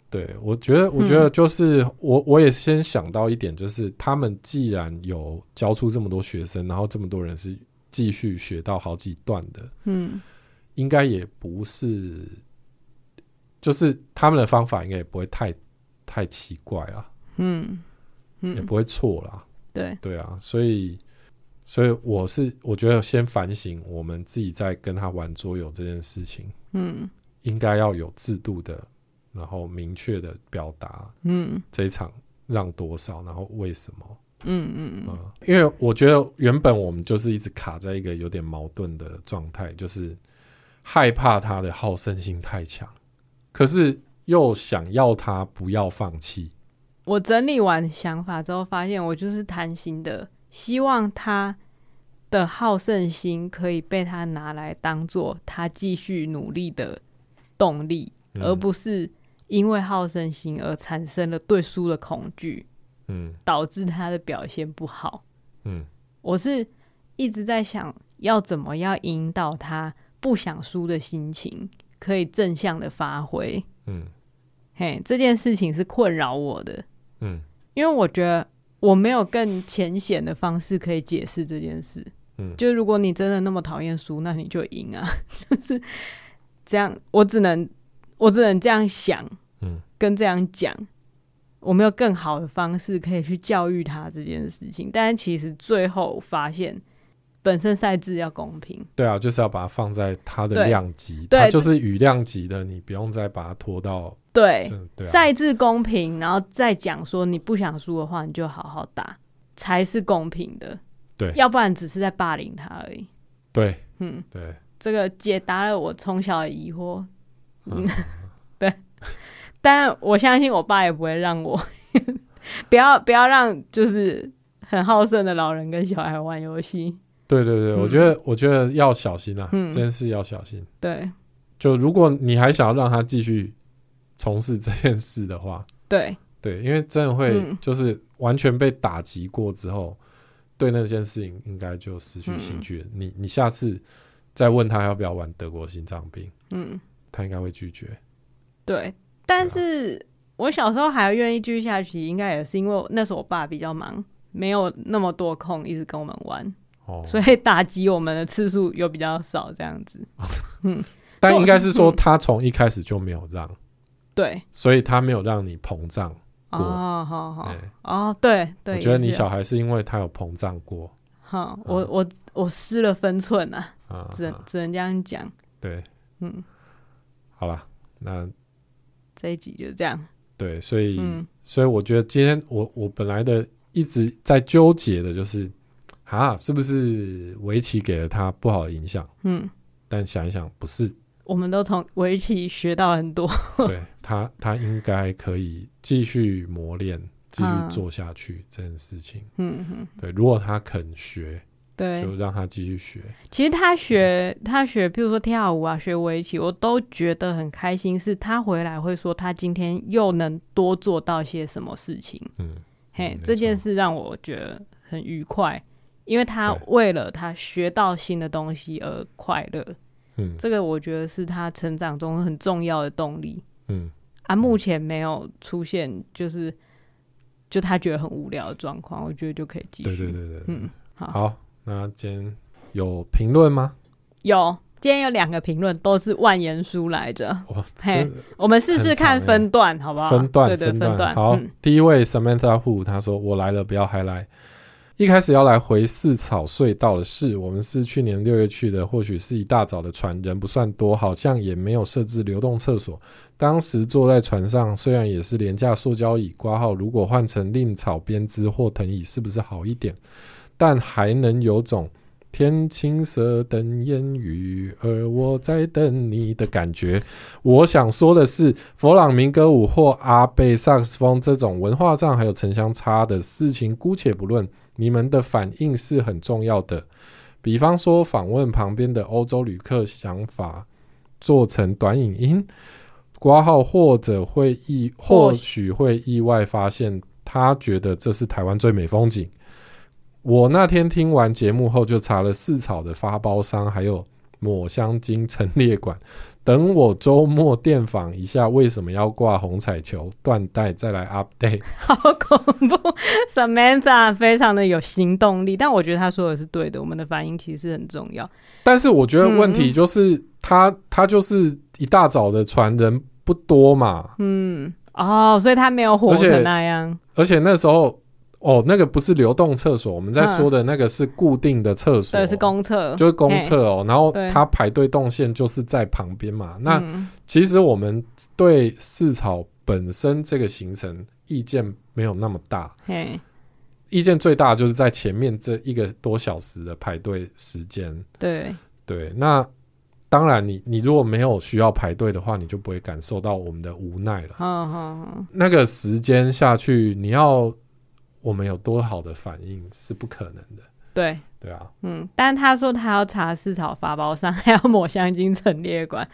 对，我觉
嗯
得，我觉得就是、我，我也先想到一点，就是他们既然有教出这么多学生，然后这么多人是继续学到好几段的，
嗯，
应该也不是，就是他们的方法应该也不会太太奇怪啦，
嗯，
也
嗯，
不会错啦，
对，
对啊，所以，所以我是我觉得先反省我们自己在跟他玩桌游这件事情，
嗯
应该要有制度的，然后明确的表达，
嗯
这一场让多少，然后为什么？
嗯嗯嗯，
嗯，因为我觉得原本我们就是一直卡在一个有点矛盾的状态，就是害怕他的好胜心太强，可是又想要他不要放弃。
我整理完想法之后，发现我就是贪心的，希望他的好胜心可以被他拿来当做他继续努力的动力，
嗯
而不是因为好胜心而产生了对输的恐惧，
嗯
导致他的表现不好。
嗯
我是一直在想要怎么样引导他不想输的心情，可以正向的发挥。
嗯
嘿，这件事情是困扰我的，
嗯
因为我觉得我没有更浅显的方式可以解释这件事。
嗯
就如果你真的那么讨厌输，那你就赢啊， 就是这样。我只能我只能这样想，
嗯，
跟这样讲。我没有更好的方式可以去教育他这件事情，但是其实最后发现本身赛制要公平。
对啊，就是要把它放在它的
对
量级，
对
它就是雨量级的，你不用再把它拖到
对，
真的对啊，
赛制公平，然后再讲说你不想输的话，你就好好打，才是公平的。
对
要不然只是在霸凌他而已。
对，啊
嗯，
对，
这个解答了我从小的疑惑。
嗯
嗯， 对，但我相信我爸也不会让我 不要不要让就是很好胜的老人跟小孩玩游戏。
对对对，我
嗯
觉得我觉得要小心啊，
嗯
这件事要小心。
对
就如果你还想要让他继续从事这件事的话，
对
对，因为真的会
嗯
就是完全被打击过之后，对那件事情应该就失去兴趣
嗯
了。你你下次再问他要不要玩德国心脏病，
嗯
他应该会拒绝。
对，但是我小时候还愿意继续下去，应该也是因为那时候我爸比较忙，没有那么多空一直跟我们玩。
哦，
所以打击我们的次数有比较少，这样子。
但应该是说
嗯
他从一开始就没有让，
对，
所以他没有让你膨胀。过
哦，好好
哎，
哦，对对，
我觉得
也
你
是
小嗯孩是因为他有膨胀过
好，我我我失了分寸啊，
啊，
只能只能这样讲。
对，
嗯，
好吧，那
这一集就这样。
对，所以、
嗯
所以我觉得今天我我本来的一直在纠结的就是，啊，是不是围棋给了他不好的影响？
嗯，
但想一想，不是，
我们都从围棋学到很多。
对他他应该可以继续磨练，继续
嗯
做下去这件事情。
嗯嗯，
对，如果他肯学，
对
就，让他继续学。
其实他学他学，譬如说跳舞啊，学围棋，我都觉得很开心。是他回来会说，他今天又能多做到些什么事情。
嗯，
嘿
没，
这件
错
事让我觉得很愉快，因为他
对
为了他学到新的东西而快乐，
嗯
这个我觉得是他成长中很重要的动力
嗯，
啊。目前没有出现就是就他觉得很无聊的状况，我觉得就可以继
对
续。
对对对，
嗯，
好，那今天有评论吗？
有今天有两个评论都是万言书来着，
哇，
嘿
这
我们试试看
很长欸
分段好不好？
分段，
对对，分
段。好，
嗯
第一位 Samantha Hu，他说：“我来了，不要还来。”一开始要来回四草隧道的事，我们是去年六月去的，或许是一大早的船，人不算多，好像也没有设置流动厕所。当时坐在船上，虽然也是廉价塑胶椅挂号，如果换成另草编织或藤椅，是不是好一点？但还能有种天青色等烟雨，而我在等你的感觉。我想说的是，佛朗明歌舞或阿贝萨克斯风这种文化上还有城乡差的事情，姑且不论，你们的反应是很重要的。比方说，访问旁边的欧洲旅客想法，做成短影音，挂号或者会意，或
或
许会意外发现，他觉得这是台湾最美风景。我那天听完节目后，就查了四草的发包商，还有抹香鲸陈列馆。等我周末电访一下，为什么要挂红彩球缎带，再来 update。
好恐怖！Samantha 非常的有行动力，但我觉得他说的是对的，我们的反应其实很重要。
但是我觉得问题就是，他他就是一大早的传人不多嘛，
嗯，哦，所以他没有火
而且
成那样。
而且那时候哦，那个不是流动厕所，我们在说的那个是固定的厕
嗯
所，
对，是公厕。
就是公厕哦。然后
对
他排队动线就是在旁边嘛。那
嗯
其实我们对市草本身这个行程意见没有那么大，
嘿，
意见最大就是在前面这一个多小时的排队时间。
对
对，那当然你，你如果没有需要排队的话，你就不会感受到我们的无奈了。
好好好，
那个时间下去，你要我们有多好的反应是不可能的，
对，
对啊，
嗯，但他说他要查市草发包商，还要抹香鲸陈列馆。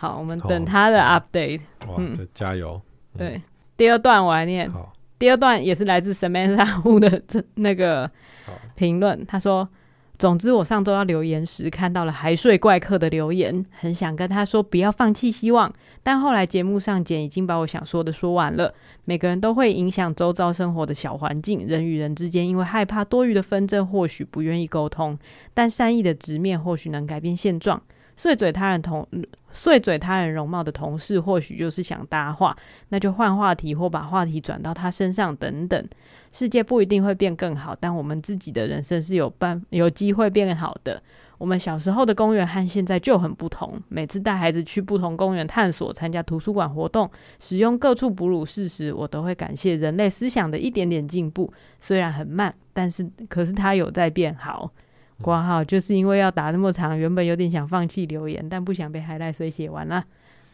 好，我们等他的
好
update。
哇，
嗯
这加油，嗯
对，第二段我来念。
好，
第二段也是来自 Samantha Wu 的这那个
好
评论，他说：“总之，我上周要留言时看到了还睡怪客的留言，很想跟他说不要放弃希望，但后来节目上简已经把我想说的说完了。每个人都会影响周遭生活的小环境，人与人之间因为害怕多余的纷争，或许不愿意沟通，但善意的直面或许能改变现状。”碎嘴他人同碎嘴他人容貌的同事，或许就是想搭话，那就换话题或把话题转到他身上等等。世界不一定会变更好，但我们自己的人生是有办有机会变好的。我们小时候的公园和现在就很不同。每次带孩子去不同公园探索、参加图书馆活动、使用各处哺乳室时，我都会感谢人类思想的一点点进步，虽然很慢，但是可是它有在变好。挂号就是因为要打那么长，原本有点想放弃留言，但不想被海带水写完啦。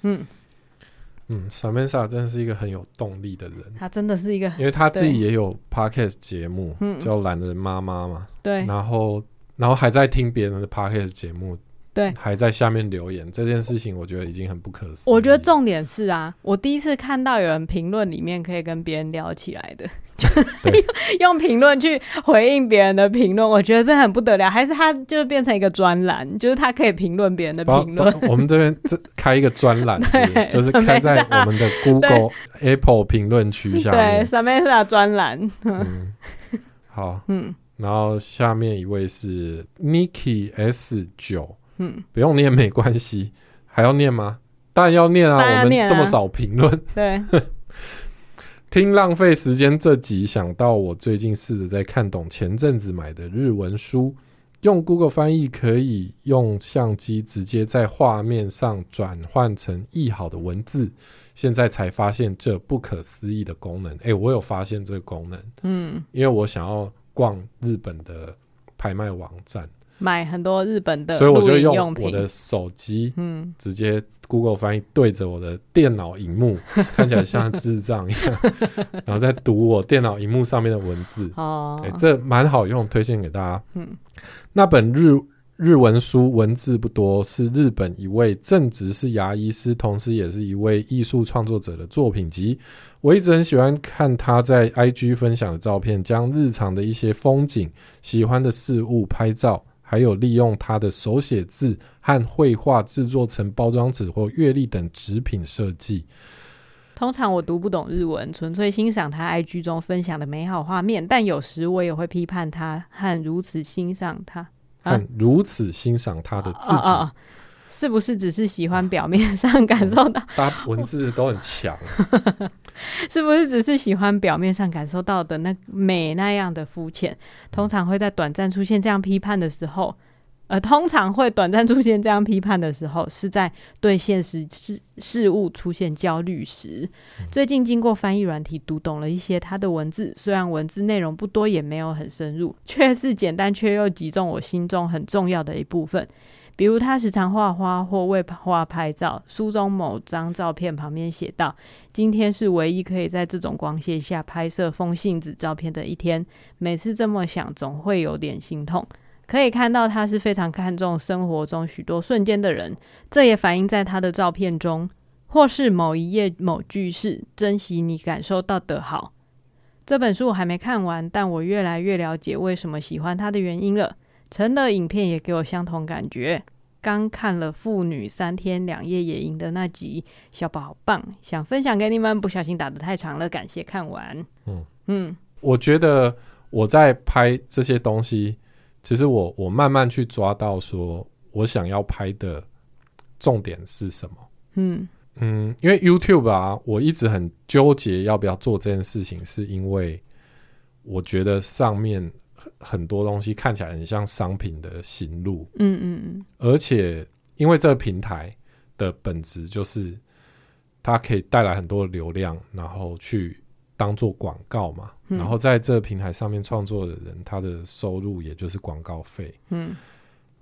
嗯，
嗯，Samantha 真的是一个很有动力的人，
他真的是一个
因为他自己也有 podcast 节目
嗯
叫《懒人妈妈》嘛，
对
然后然后还在听别人的 podcast 节目，
对
还在下面留言这件事情，我觉得已经很不可思议。
我觉得重点是啊，我第一次看到有人评论里面可以跟别人聊起来的，就
对
用评论去回应别人的评论，我觉得这很不得了。还是他就变成一个专栏，就是他可以评论别人的
把
评论。
把我们这边这开一个专 栏
对
是不是，就是
什么
开在
的
我 们的 Google、Apple 评论区下
对
面。
，Samantha 专栏，
嗯， 好，
嗯
然后下面一位是 Niki S 九，
嗯，
不用念没关系，还要念吗？当然要念啊，
当然要
我
念啊
们这么少评论，
对，
听浪费时间这集，想到我最近试着在看懂前阵子买的日文书，用 Google 翻译可以用相机直接在画面上转换成译好的文字，现在才发现这不可思议的功能。诶，我有发现这个功能，
嗯，
因为我想要逛日本的拍卖网站，
买很多日本的
所以我就
露营
用
用
我
品，
的手机
嗯，
直接 Google 翻译对着我的电脑荧幕，看起来像智障一 样，然后再读我电脑荧幕上面的文字。
哦
哎、，这蛮好用，推荐给大家。
嗯
那本日日文书文字不多，是日本一位正职是牙医师，同时也是一位艺术创作者的作品集。我一直很喜欢看他在 IG 分享的照片，将日常的一些风景、喜欢的事物拍照，还有利用他的手写字和绘画制作成包装纸或月历等纸品设计。
通常我读不懂日文，纯粹欣赏他 IG 中分享的美好画面，但有时我也会批判他和如此欣赏他啊
和如此欣赏他的自己，
啊啊啊是不是只是喜欢表面上感受到？
大家文字都很强。
是不是只是喜欢表面上感受到的那美那样的肤浅？通常会在短暂出现这样批判的时候，呃，通常会短暂出现这样批判的时候，是在对现实事事物出现焦虑时。最近经过翻译软体读懂了一些他的文字，虽然文字内容不多，也没有很深入， 却是简单却又击中我心中很重要的一部分。比如他时常画花或为花拍照，书中某张照片旁边写道。今天是唯一可以在这种光线下拍摄风信子照片的一天。每次这么想，总会有点心痛。可以看到，他是非常看重生活中许多瞬间的人，这也反映在他的照片中，或是某一页某句是“珍惜你感受到的好”。这本书我还没看完，但我越来越了解为什么喜欢他的原因了。陈的影片也给我相同感觉。刚看了《父女三天两夜野营》的那集，小宝好棒，想分享给你们，不小心打的太长了，感谢看完。
嗯
嗯
我觉得我在拍这些东西，其实我我慢慢去抓到说我想要拍的重点是什么。
嗯
嗯，因为 YouTube 啊，我一直很纠结要不要做这件事情，是因为我觉得上面很很多东西看起来很像商品的行路，
嗯嗯
而且因为这个平台的本质就是它可以带来很多流量，然后去当做广告嘛。
嗯
然后在这个平台上面创作的人，他的收入也就是广告费。
嗯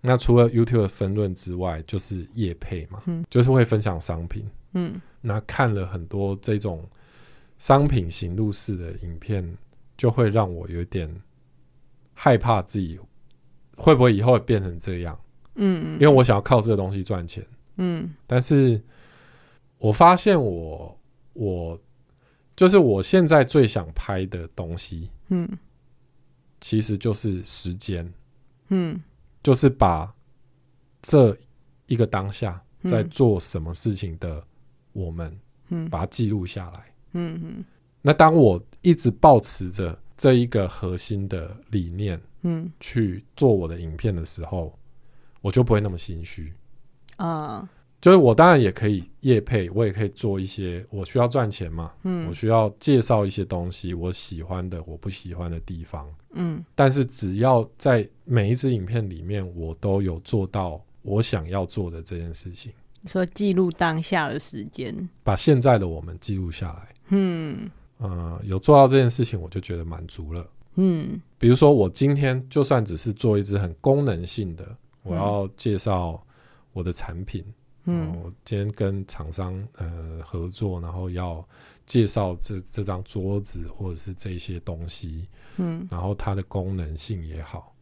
那除了 YouTube 的分论之外，就是业配嘛，
嗯
就是会分享商品。
嗯
那看了很多这种商品行路式的影片，就会让我有点害怕自己会不会以后也变成这样，
嗯
因为我想要靠这个东西赚钱。
嗯
但是我发现我我就是我现在最想拍的东西，
嗯
其实就是时间，
嗯
就是把这一个当下
嗯
在做什么事情的我们，
嗯
把它记录下来。
嗯
那当我一直保持着这一个核心的理念
嗯
去做我的影片的时候，我就不会那么心虚。
嗯嗯
就是我当然也可以业配，我也可以做一些，我需要赚钱嘛，我
嗯
需要介绍一些东西，我喜欢的，我不喜欢的地方。
嗯
但是只要在每一支影片里面，我都有做到我想要做的这件事情，
你说记录当下的时间，
把现在的我们记录下来。
嗯
呃，有做到这件事情，我就觉得满足了。
嗯
比如说，我今天就算只是做一支很功能性的，我要介绍我的产品，嗯，
嗯
我今天跟厂商呃合作，然后要介绍这这张桌子或者是这些东西，
嗯
然后它的功能性也好，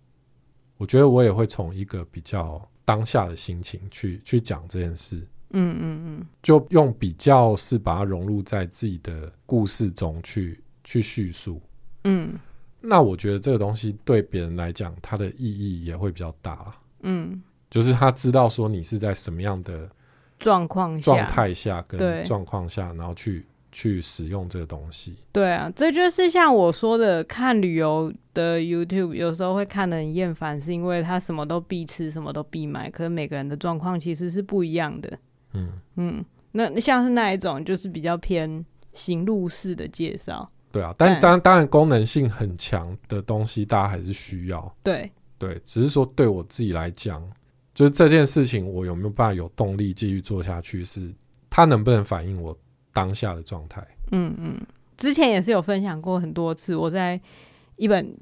我觉得我也会从一个比较当下的心情去去讲这件事，
嗯嗯
就用比较是把它融入在自己的故事中去去叙述。
嗯
那我觉得这个东西对别人来讲，它的意义也会比较大啦。
嗯，
就是他知道说你是在什么样的
状况
状
下，
态下
对
跟状况下，然后去去使用这个东西。
对啊，这就是像我说的，看旅游的 YouTube 有时候会看得很厌烦，是因为他什么都必吃，什么都必买，可是每个人的状况其实是不一样的。
嗯，
嗯，那像是那一种就是比较偏行路式的介绍，
对啊，但
对
当当然功能性很强的东西，大家还是需要。
对，
对，只是说对我自己来讲，就是这件事情我有没有办法有动力继续做下去，是它能不能反映我当下的状态。
嗯嗯，之前也是有分享过很多次，我在一本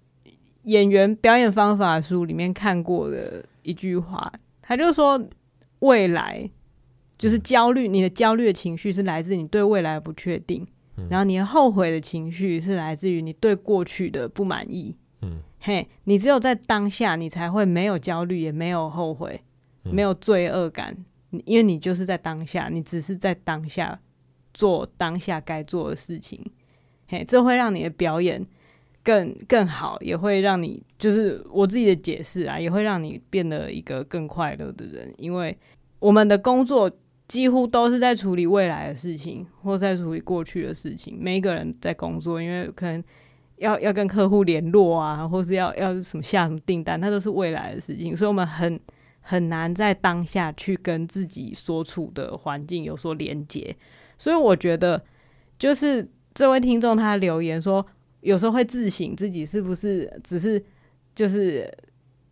演员表演方法书里面看过的一句话，他就说未来就是焦虑，你的焦虑的情绪是来自你对未来的不确定，
嗯
然后你的后悔的情绪是来自于你对过去的不满意。
嗯，
嘿，你只有在当下，你才会没有焦虑，也没有后悔，
嗯
没有罪恶感，你因为你就是在当下，你只是在当下做当下该做的事情。嘿，这会让你的表演更更好，也会让你就是我自己的解释啊，也会让你变得一个更快乐的人。因为我们的工作几乎都是在处理未来的事情，或在处理过去的事情。每一个人在工作，因为可能要要跟客户联络啊，或是要要什么下什么订单，那都是未来的事情，所以我们很很难在当下去跟自己所处的环境有所连接。所以我觉得，就是这位听众他留言说，有时候会自省自己是不是只是就是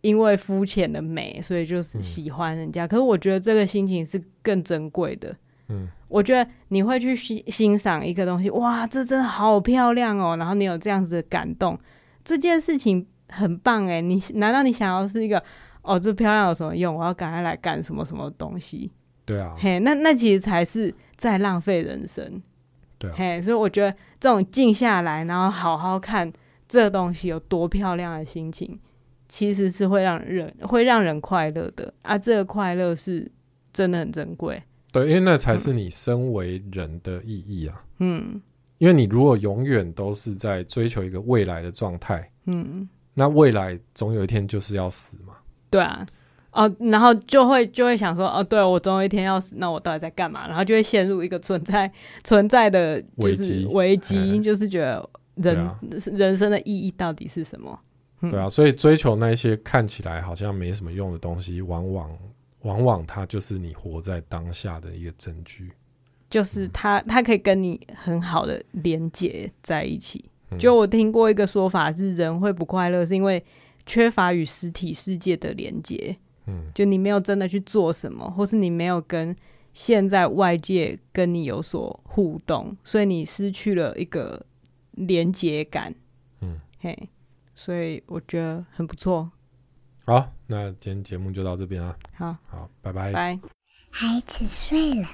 因为肤浅的美，所以就是
嗯
喜欢人家。可是我觉得这个心情是更珍贵的。
嗯，
我觉得你会去欣欣赏一个东西，哇，这真的好漂亮哦！然后你有这样子的感动，这件事情很棒哎。你难道你想要是一个哦，这漂亮有什么用？我要赶快来干什么什么东西？
对啊，
嘿，那那其实才是在浪费人生。
对啊
嘿，所以我觉得这种静下来，然后好好看这东西有多漂亮的心情，其实是会让人会让人快乐的啊。这个快乐是真的很珍贵。
对，因为那才是你身为人的意义啊。
嗯
因为你如果永远都是在追求一个未来的状态，
嗯。
那未来总有一天就是要死嘛。
对啊，哦，然后就会就会想说，哦，对我总有一天要死，那我到底在干嘛？然后就会陷入一个存在存在的就是
危机
危机，
嗯
就是觉得人、嗯
对啊
人生的意义到底是什么？
对啊，所以追求那一些看起来好像没什么用的东西，往往往往它就是你活在当下的一个证据。
就是它它可以跟你很好的连接在一起。
嗯
就我听过一个说法是，人会不快乐是因为缺乏与实体世界的连接。
嗯，
就你没有真的去做什么，或是你没有跟现在外界跟你有所互动，所以你失去了一个连接感。
嗯，
嘿，所以我觉得很不错。
好，那今天节目就到这边啊，
好，
好，拜拜。
拜。
孩子睡了，